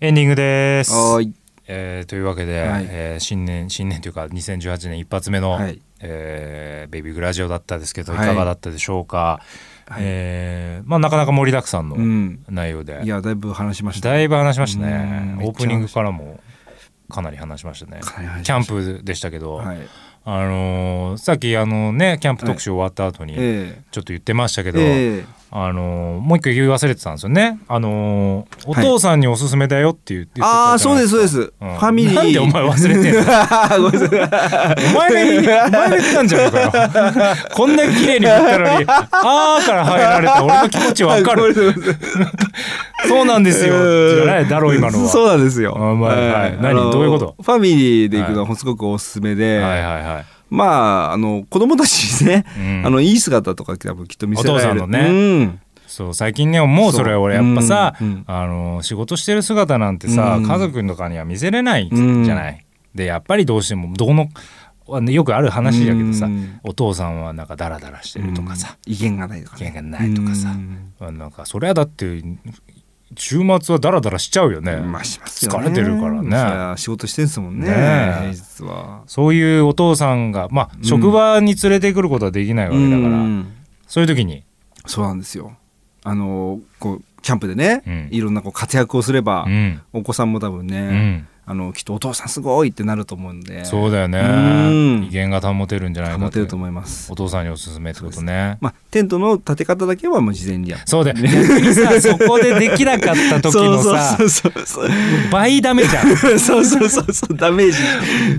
エンディングです。はーい。えーというわけで、はいえー新年新年というか2018年一発目の、はいえーベイビーグラジオだったですけどいはいかがだったでしょうか、はいえーまあ、なかなか盛りだくさんのうん。内容で、いや、だいぶ話しました。だいぶ話しましたうねんめっちオープゃ話しニングからもかなり話しましたねかなり話しましたキャンプでしたけど、はい。あのーさっきあのねキャンプ特集終わった後に、えちょっと言ってましたけえ。ど、えあのーもう一回言い忘れてたんですよね。あのーおはい父さんにおすすめだよって言ってえ。言ってたじゃあないあ、そうです、そうです。フうんァミリー。なんでお前忘れてんの ごめんなさい。お前が、お前が言ったんじゃねえかよ。こんなに綺麗に言ったのに、あーから入られた俺の気持ちわかる。ごめんなさいそうなんですよ。じゃないだろう、今のは。 そうなんですよ。あまあはい何あのどういうことファミリーで行くのはすごくおすすめで、はいはいはい。まあ、あの、子供たちにね、うんあの、いい姿とか多分きっと見せらおれる。父さんのねうん。そう、最近ね、思う、それは俺、やっぱさ、うんうんあのー、仕事してる姿なんてさ、うん家族とかには見せれないじゃない。で、やっぱりどうしても、どうの、あのよくある話だけどさうん、お父さんはなんかダラダラしてるとかさ、うん。意見がないとか、意見がないとかさうんあなんかそれはだって週末はダラダラしちゃうよね、まあしますよ疲ねれてるからねいや仕事してんすもんねねえ平日はそういうお父さんがまあうん職場に連れてくることはできないわけだから、うんそういう時にそうなんですよあのこうキャンプでね、うんいろんなこう活躍をすればう、ん、お子さんも多分うね、ん、あのきっとお父さんすごいってなると思うんでそうだよね、うん威厳が保てるんじゃないか保てると思いますお父さんにおすすめってことねまあテントの立て方だけはもう事前にやっそうだよ逆にさそこでできなかった時のさそうそうそうそう倍ダメじゃんそうそうそうそうダメージ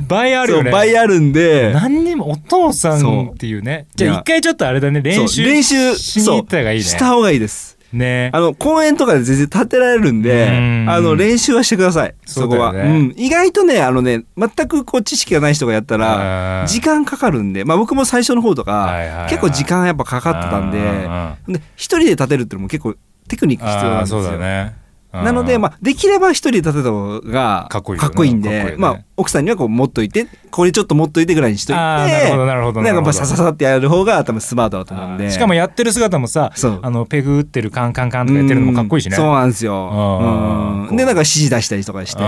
倍 あるよそねう倍あるんで何にもお父さんそうっていうねじゃいあや一回ちょっとあれだね練習そう練習しに行った方がいいねそうした方がいいですね あの公園とかで全然立てられるんうでんあの練習はしてくださいそそだうこよは、ねうん、意外とねあのね全くこう知識がない人がやったうらん時間かかるんで、まあ、僕も最初の方とか、はいはいはい結構時間やっぱかかってたんでうんで一人で立てるってのも結構テクニック必要なんですよあーそうだね。うんなので、まあ、できれば一人で立てた方がかっこいいよねんで、かっこいいよねまあ、奥さんにはこう持っといて、これちょっと持っといてぐらいにしといて、あーなるほどなるほどなんかやっなるほどぱさささってやる方が多分スマートだと思うんで。しかもやってる姿もさそう、あのペグ打ってるカンカンカンとかやってるのもかっこいいしね。そうなんですうんよ。うんで、なんか指示出したりとかして、て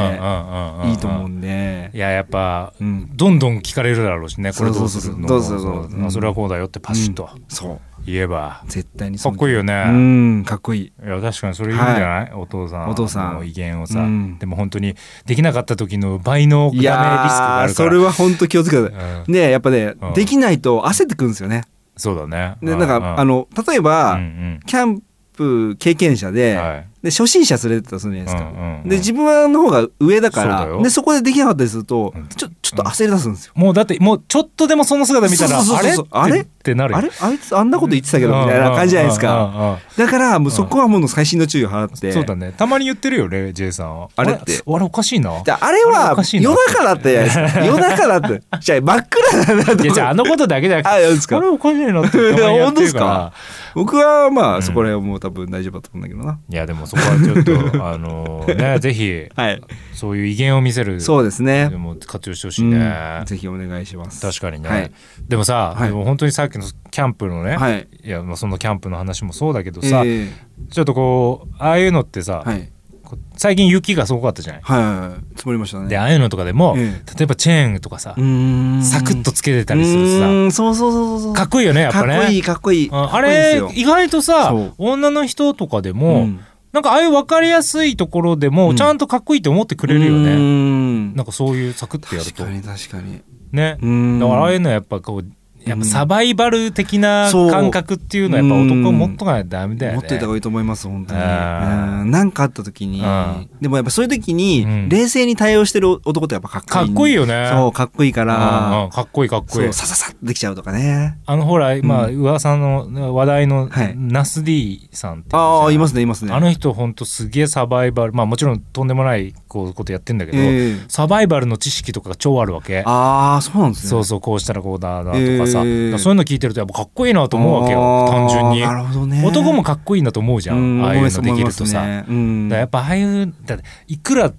いいと思ういんで。ややっぱうんどんどん聞かれるだろうしね。これどうすそるうそうそうの？どうするのまあそれはこうだよってパシッとそう。言えば絶対にかそうっこいいようね。ん、かっこいい。いや確かにそれいいんじゃない？お父さんお父さんの威厳をさうん。でも本当にできなかった時の倍のダメいリスクがあやー、るかそれら。は本当気をつけてくださうい。ねやっぱねうん、できないと焦ってくるんですよね。そうだね。で、なんうか、あの、例えばうんう、んキャンプ経験者で、はいで初心者連れてったらするじゃないですか、うんうんうんで自分の方が上だかそうだらよでそこでできなかったりするとうんちょちょっと焦り出すんですよ、もうだってもうちょっとでもその姿見たらそうそうそうそうあれあれってなるよあれあいつあんなこと言ってたけどみたいな感じじゃないでうすんかうんうんうんだからもうそこはもう最新の注意を払って、そうだねたまに言ってるよね J さんはあれってあれおかしいなであれあれおはかしいな夜中だったじゃない ですか夜中だってじゃあ真っ暗だなといやじゃああのことだけじゃなくてあいやですかあれおかしいなってたまにやってるか本当ら僕はまうんあそこら辺はもう多分大丈夫だと思うんだけどな、いやでもそこはちょっと あの ねぜひはいそういう威厳を見せるそうですねでも活用してほしいうんねぜひお願いします確かにね、はいでもさ、はいでも本当にさっきのキャンプのね、はいいやまあそのキャンプの話もそうだけどさ、えちょっとこうああいうのってさ、ーはいこう最近雪がすごかったじゃないはいはいはい積もりましたねでああいうのとかでも、え例えばチェーンとかさ、うーんサクッとつけてたたりするさそうそうそうそうそうかっこいいよねやっぱねかっこいいかっこいいうんあれかっこいいんですよ意外とさそう女の人とかでも、うんなんかああいう分かりやすいところでも、うんちゃんとかっこいいって思ってくれるようーね、んなんかそういうサクッてやる確とかに確かにね、うんだからああいうのはやっぱこうやっぱサバイバル的なそう感覚っていうのはやっぱ男は持っとかないとダメだよね持っといた方がいいと思います本当にあーうんなんかあった時にうんでもやっぱそういう時うにん冷静に対応してる男ってやっぱかっこかいいっこいいよねそうかっこいいかうんうらんかっこいいかっこいそいうさささっとできちゃうとかねあのほら今、うん噂の話題のはいナス D さんってうじゃんああいますねいますねあの人ほんとすげえサバイバルまあもちろんとんでもないこうことやってんだけど、ええサバイバルの知識とかが超あるわけああそうなんですねそうそうこうしたらこうだなとかさ、ええだからそういうの聞いてるとやっぱかっこいいなと思うわけよあー単純に、なるほどね男もかっこいいなと思うじゃんんああいうので思きいまるすとさ、思いますねうんだからやっぱああいうだっていくら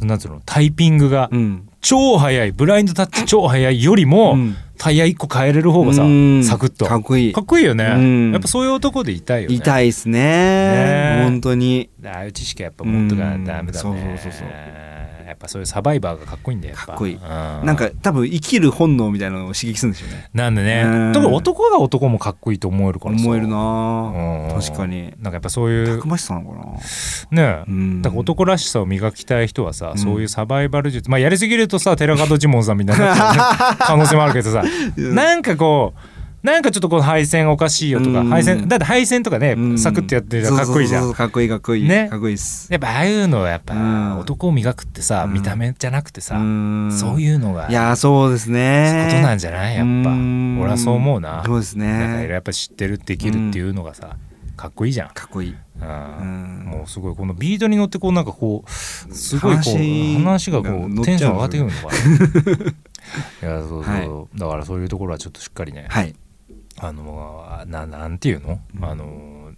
なんつうのタイピングがうん超速いブラインドタッチ超速いよりも、うんタイヤ一個変えれる方がさうんサクッとかっこいいかっこいいよねうんやっぱそういう男でいたいよね痛いですねねえ本当にああいう知識はやっぱ持っとかないとダメだねうんそうそうそうそうやっぱそういうサバイバーがかっこいいんだよやぱかっこいいうんなんか多分生きる本能みたいなのを刺激するんでしょうねなんでうねん特に男が男もかっこいいと思えるからさ思えるなうんぁ確かになんかやっぱそういたうくましさなのかなねうんだから男らしさを磨きたい人はさ、うんそういうサバイバル術まあやりすぎるとさ寺門ジモンさんみたいになっちゃうね 可能性もあるけどさうんなんかこうなんかちょっとこの配線おかしいよとかうん配線だって配線とかねうんサクッとやってるからかっこいいじゃそんうそうそうそうかっこいいかっこいいねかっこいいっすやっぱああいうのはやっうんぱ男を磨くってさうん見た目じゃなくてさそういいうのがいやーそうですねことなんじゃないやっぱうん俺はそう思うなそうですだからねやっぱ知ってるできるっていうのがさかっこいいじゃんかっこいいうんんもうすごいこのビートに乗ってこうなんかこうすごいこう話話がこがう乗っちテゃうンんですション上よがってくるのかないやそうそう、はだからそういうところはちょっとしっかりね、はいあのななんていうの、うんあの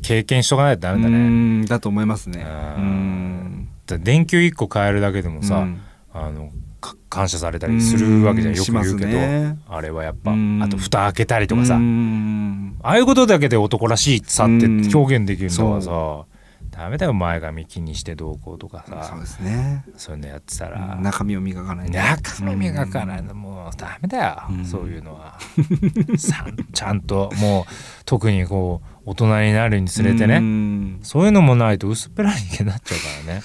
経験しとかないとダうメだねんだと思いますねあーうんだって電球1個変えるだけでもさ、うんあのか感謝されたりするわけじゃんよく言ううんけど、しますねあれはやっぱうんあと蓋開けたりとかさ、うんああいうことだけで男らしいさって表現できるのはさ、うダメだよ前髪気にしてどうこうとかさそうですねそういうのやってたら、中身を磨かないと中身磨かないのもうダメだよ、うんそういうのはさんちゃんともう特にこう大人になるにつれてね、うんそういうのもないと薄っぺらい人間になっちゃうから ね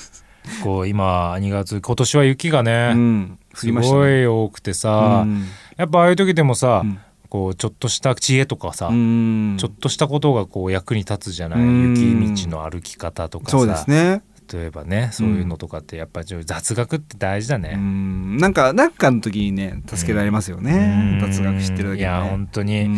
こう今2月今年は雪がね、うん降すりましたねごい多くてさ、うんやっぱああいう時でもさ、うんこうちょっとした知恵とかさ、うんちょっとしたことがこう役に立つじゃない、うん雪道の歩き方とかそうでさ、すね例えばねそういうのとかってやっぱちょっと雑学って大事だね。うんなんかなんかの時にね助けられますよねうん雑学知ってるだけでねいや本当うに、ん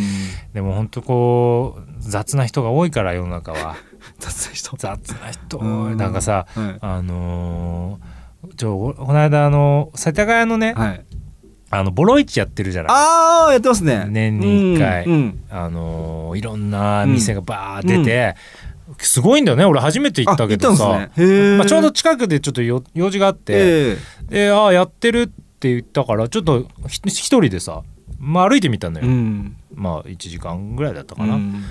でも本当こう雑な人が多いから世の中は 雑な人雑な人うんなんかさはいあのーちょこの間あの世田谷のね、はいあのボロ市やってるじゃないああやってますね年に一回うんうんあのーいろんな店がバーって出て、すごいんだよね俺初めて行ったけどあ行さっ、たんですねへーまあ、ちょうど近くでちょっとよ用事があって、ええでああやってるって言ったからちょっとひ一人でさ、まあ、歩いてみたのよ、うんまあ1時間ぐらいだったかな、うん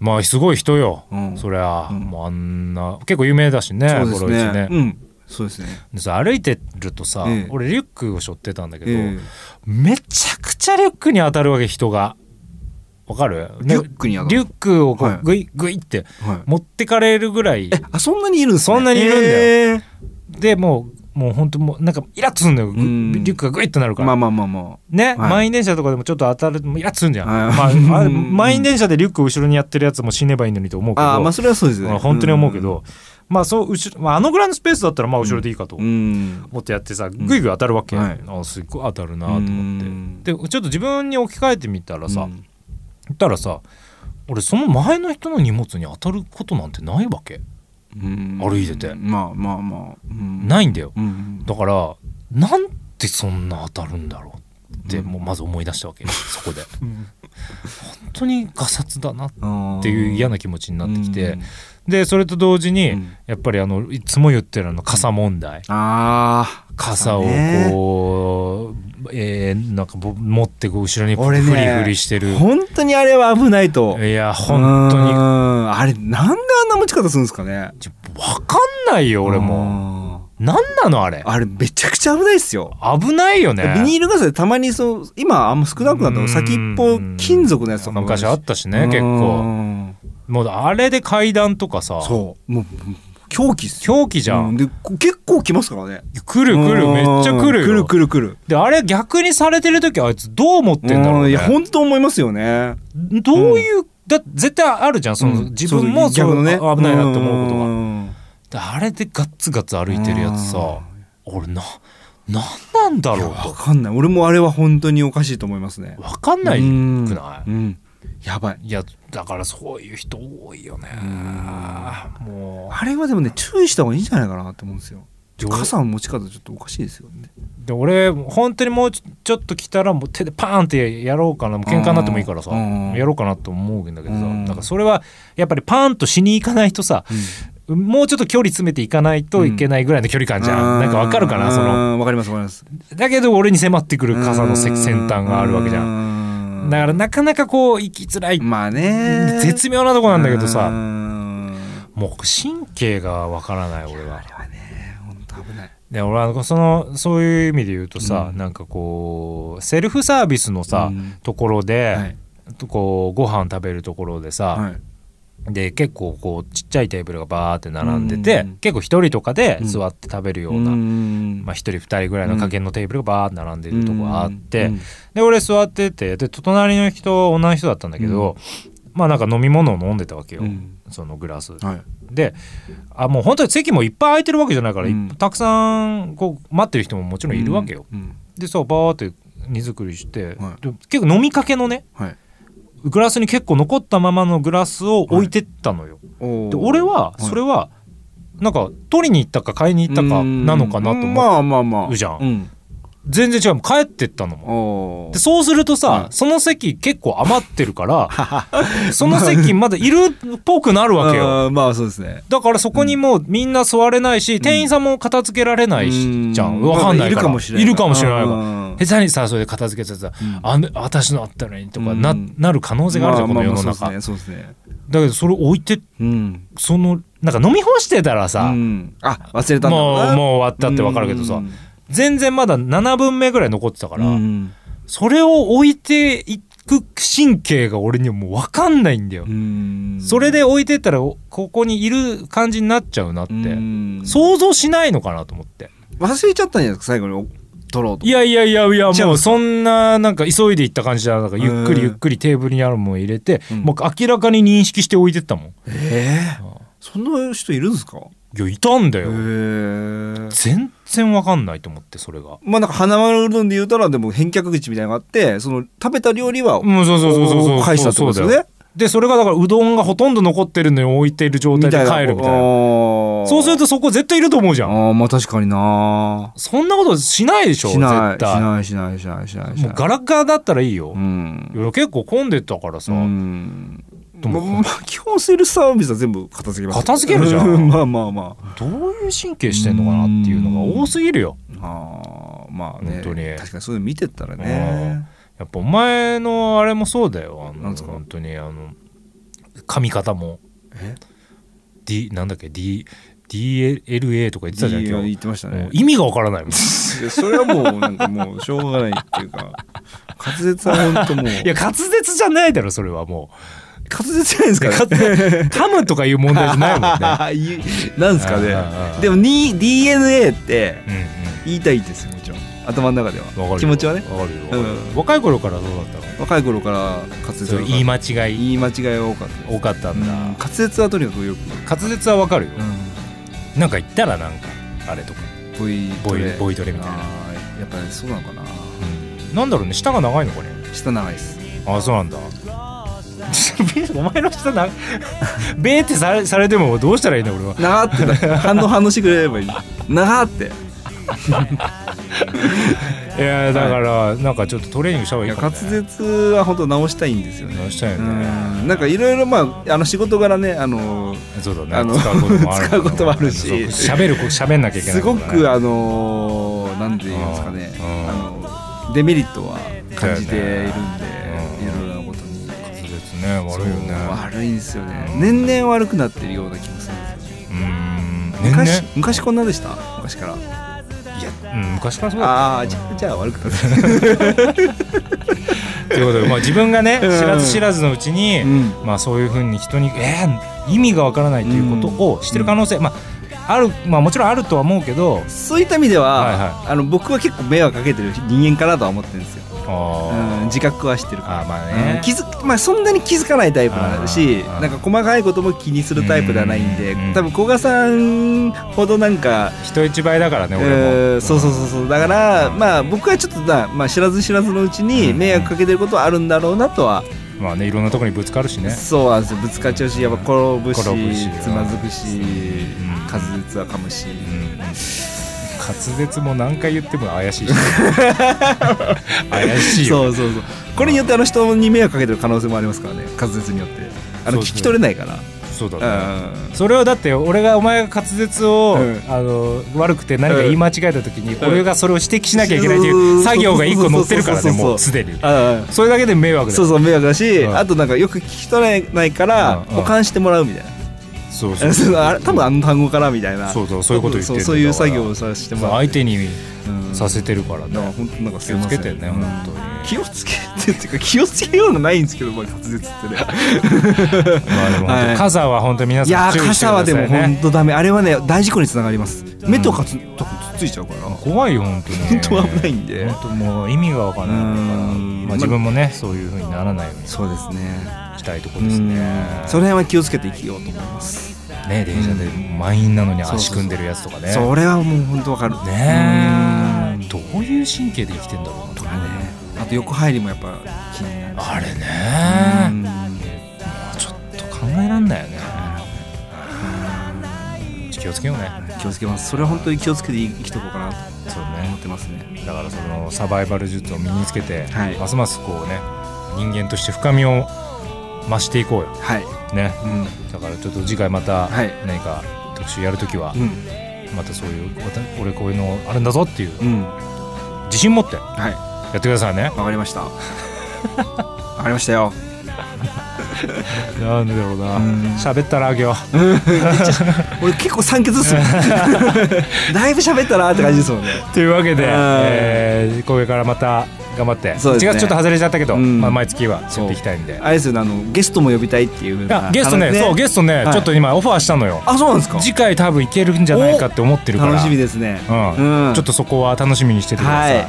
まあすごい人よ、うんそりゃ、うんもうあんな結構有名だしねそうでボすロ市ねね、うんそうですねでさ歩いてるとさ、ええ俺リュックを背負ってたんだけど、ええめちゃくちゃリュックに当たるわけ人がわかるリュックに当たるリュックをこうはいグイグイってはい持ってかれるぐらいえあそんなにいるんですねそんなにいるんだよへでもうもう本当もうなんかイラッとするんだよ、ぐうんリュックがグイッとなるーから、まあまあまあまね、はい満員電車とかでもちょっと当たるもうイラッとするんじゃん、はい まあ、あうん満員電車でリュックを後ろにやってるやつも死ねばいいのにと思うけどああーまあそれはそうですまねあ本当に思うけど、まあそう後ろ、まあ、あのぐらいのスペースだったらまあ後ろでいいかとうん思ってやってさ、ぐいぐい当たるわけ、はいあすっごい当たるなと思うんってでちょっと自分に置き換えてみたらさ、うん言ったらさ俺その前の人の荷物に当たることなんてないわけうん歩いててまあまあまあ、うんないんだようんだからなんでそんな当たるんだろうって、うんもうまず思い出したわ けそこで本当にガサツだなっっていう嫌なな気持ちになってきて、でそれと同時に、やっぱりあのいつも言ってるあの傘問題、あー傘をこう、えーなんかぼ持ってこう後ろに俺ねフリフリしてる、本当にあれは危ないといや本当にうわんあれなんであんな持ち方するんですかねかんないよ俺ももなんなのあれあれめちゃくちゃ危ないですよ危ないよねビニール傘でたまにそう今あんま少なくなったの先っぽ金属のやつとかも昔あったしね結う構んもうあれで階段とかさそうもう狂気っすよ狂気じゃ、うんんでこ結構来ますからね来る来るうんめっちゃ来るよ来る来る来るであれ逆にされてる時あいつどう思ってんだろう、んね、いや本当思いますよねどういう、だ絶対あるじゃんその、うん自分もそうそう逆のねあ危ないなって思うことが。んであれでガッツガッツ歩いてるやつさ俺な何なんだいやろうわとかんない俺もあれは本当におかしいと思いますね分かんないくうんなうんやばいいいやだからそういう人多いよねもあれはでもね注意した方がいいんじゃないかなって思うんですよう傘の持ち方ちょっとおかしいですよねで俺本当にもうちょちょっと来たらもう手でパーンってやろうかなもう喧嘩になってもいいからさうんやろうかなと思うんだけどさうんだからそれはやっぱりパーンとしに行かないとさもうちょっと距離詰めていかないといけないぐらいの距離感じゃん、なんかわかるかなそののわかりますわかりますだけど俺に迫ってくる傘の先先端があるわけじゃんんだからなかなかこう行きづらいまあね絶妙なとこなんだけどうさんもう神経がわからない俺はあれはね本当危ないで俺はそのそういう意味で言うとさ、うんなんかこうセルフサービスのさ、うんところで、はいこうご飯食べるところでさ、はいで結構こうちっちゃいテーブルがバーって並んでて、うん結構一人とかで座って食べるような、んまあ、一人二人ぐらいの加減のテーブルがバーって並んでるとこがあって、うんで俺座っててで隣の人女の人だったんだけど、まあなんか飲み物を飲んでたわけよ、うんそのグラスで。はいであもう本当に席もいっぱい空いてるわけじゃないから、うんたくさんこう待ってる人ももちろんいるわけよ。うんでさバーって荷造りして、はいで結構飲みかけのねはいグラスに結構残ったままのグラスを置いてったのよ。おーで俺はそれはなんか取りに行ったか買いに行ったかなのかなと思うっんて、まあまあまあじゃんうん全然違うもん帰ってったのも。おでそうするとさ、うんその席結構余ってるから その席まだいるっぽくなるわけよ。よまあそうですねだからそこにもうみんな座れないし、店員さんも片付けられないし、じゃん。うわかんないから。るかもしれないいるかもしれないから。うん下手にさ、それで片付けちゃったらうんあの、私のあったのにとかうんな、なる可能性があるじゃん、この世の中。まあまあまあそうですねそうですねだけどそれ置いて、うんその、なんか飲み干してたらさ、うんあ忘れたんだもう、もう終わっだたってわかるけどさ、全然まだ7分目ぐらい残ってたから、それを置いていく神経が俺にはもうわかんないんだよ。それで置いてったら、おここにいる感じになっちゃうなって。そ想う像しないのかなと思って。忘れちゃったんじゃないですか最後に取ろうといやいやいやいや、じゃあもうそんな、なんか急いで行った感じだ。なんかゆっくうりんゆっくりテーブルにあるもん入れて、うんもう明らかに認識して置いてったもん。ええあそんな人いるんですかいや、いたんだへよ。え全然わかんないと思って、それが。まあなんか花丸うどんで言うたらでも返却口みたいなのがあってその食べた料理はうん、そうそうそうそうそう。返したってことそうでだすよよねで、それがだからうどんがほとんど残ってるのに置いている状態で帰るみたいな。なそうするとそこ絶対いると思うじゃん。ああまあ確かになそんなことしないでしょ、しない絶し対。もないしないしないしないしないうガラガラだったらいいよう。んいや結構混んでたからさ。うんでもままあ基本セールスサービスは全部片付けますよ片付けるじゃんう まあまあまあどういう神経してんのかなっていうのが多すぎるよ。あーまあね本当に確かにそういうの見てったらねやっぱお前のあれもそうだよ。あのなんすか本当にあの髪型もえ D なんだっけ D DLA とか言ってたじゃん D 今は言日。ってましたもうね意味がわからないもん。いいやそれはもうなんかもうしょうがないっていうか滑舌は本当もういや滑舌じゃないだろそれはも 滑舌じゃないですう。かね滑舌噛むとかいう問題じゃないもん ね。いなんですかあーあーあねーでも、に DNA ってうん言いたいですよもちろん頭の中でうんわかるはよ。気持ちはねわかるよわかるよう若い頃からどうだったの？若い頃から滑舌そうがいう言い間違い言い間違いが多かったです多かったんだ。うん滑舌はとにかくよく滑舌はわかるよ。うなんか言ったらなんかあれとか。んボイボイトレボイトレみたいなあーやっぱりそうなのかなうんなんだろうね舌が長いのかね。舌長いですあそう なんだお前の下な ベーってされされてもどうしたらいいんだ俺は長ってだ反応反応してくれればいい長っていやだから、なんかちょっとトレーニングした方がいいいやかも、滑ね、舌は本当直したいんですよね直したいようね、んなんかいろいろまああの仕事柄ねあのそうあだねの使うこともある 使うこともあるしそう喋るこ喋んなきゃいけないすからごね、くあのーなんて言うんですかねうんあのデメリットは感じているんでうんいろいろなことに滑舌ね悪いよねそう悪いんですよねうん年々悪くなってるような気もするんですよねうーん年々昔昔こんなでした昔からいや、うん、昔からそうだああじゃあじゃあ悪くなったということで、まあ、自分がね知うんらず知らずのうちに、うんまあ、そういうふうに人に、えー意味がわからないということをしてる可能性、まああるまあ、もちろんあるとは思うけどそういった意味では、はいあの僕は結構迷惑かけてる人間かなとは思ってるんですよ、あうん、自覚はしてるからあーまあねうん気づまあ、そんなに気づかないタイプなんだしあーなんか細かいことも気にするタイプではないんで、うん多分古賀さんほどなんか、人一倍だからねえ俺も、ーそうそうそうそうだから、うんまあ僕はちょっとな、まあ、知らず知らずのうちに迷惑かけてることはあるんだろうなとは、まあねいろんなところにぶつかるしねそうなんですよぶつかっちゃうしやっぱ転ぶし転ぶしつまずくし、ん滑舌はかむし、うんうん滑舌も何回言っても怪 しいし怪しいよそうそうそうこれによってあの人に迷惑かけてる可能性もありますからね滑舌によってそあのうそう聞き取れないからそうだうね、んそれをだって俺がお前が滑舌を、うんあの悪くて何か言い間違えた時に、ん俺がそれを指摘しなきゃいけないという作業が一個乗ってるからそねうそうそうそうもうすでにあそれだけで迷惑あだそうよそう迷惑だし、うんあとなんかよく聞き取れないからうんうん保管してもらうみたいな、そうそうそう あれ多分あの単語からみたいなそうそうそういうこと言ってんそうだそういうだから作業をさせてもらう相手にうんさせてるからだからね本当なんかす気いをまつせけんてねうん本当に気をつけてっていうか気をつけようがないんですけど、まあ、滑 舌ってねまあでも本当はい傘は本当皆いさやん注ー意してくだ傘さはいでも本ね当ダメあれはね大事故につながります目とかつ,、とかつついちゃうから怖いよ本当に本当危ないんで本当もう意味がわかんないからうんまあ自分もねそういう風にならないようにそうですねしたいとこうですんねその辺は気をつけて生きようと思います、ね電車で満員なのに足組んでるやつとかねそれはもう本当わかるねえどういう神経で生きてんだろうなとうんあれねあと横入りもやっぱ気になるあれうねんちょっと考えらんないよね気をつけようね気をつけますそれは本当に気をつけて生きとこうかなとそう思ねってますねだからそのサバイバル術を身につけて、はいますますこうね人間として深みを増していこうよはい、ねうんだからちょっと次回またはい何か特集やるときは、う、またそういうわた俺こういうのあるんだぞっていうんうん、自信持ってやはいってくださいねわかりました。 わかりましたよ。なんでだろうなうん喋ったらあげよう俺結構酸欠 っすもん。だいぶ喋ったなって感じですもんね。というわけで、うんえー、これからまた頑張って、そう1ですね月ちょっと外れちゃったけど、うんまあ、毎月はやっていきたいんであれですよね、あのゲストも呼びたいっていう風あな。ゲストね話そうゲストね、はいちょっと今オファーしたのよあ、そうなんですか。次回多分いけるんじゃないかって思ってるから楽しみですね。うんうんちょっとそこは楽しみにしててください、はい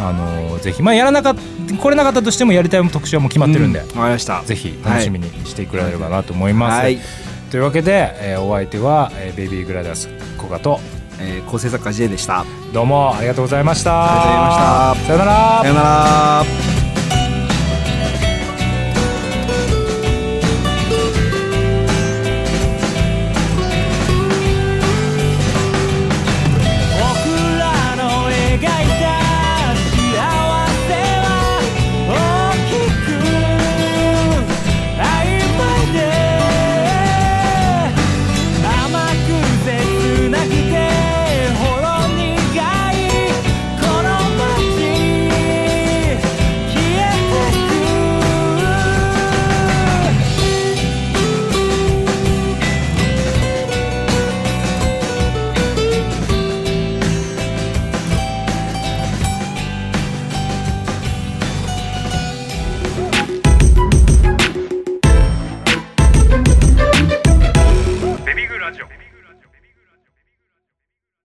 あのーぜひまあやらなかっ来れなかったとしてもやりたい特集はもう決まってるんで、うわかりました。ぜひ楽しみにしてくれればなと思います、はい、というわけで、えーお相手は、えーベイビーグラダスコカとえー、構成作家 J でした。どうもありがとうございましたありがとうございましさたよならさよなら。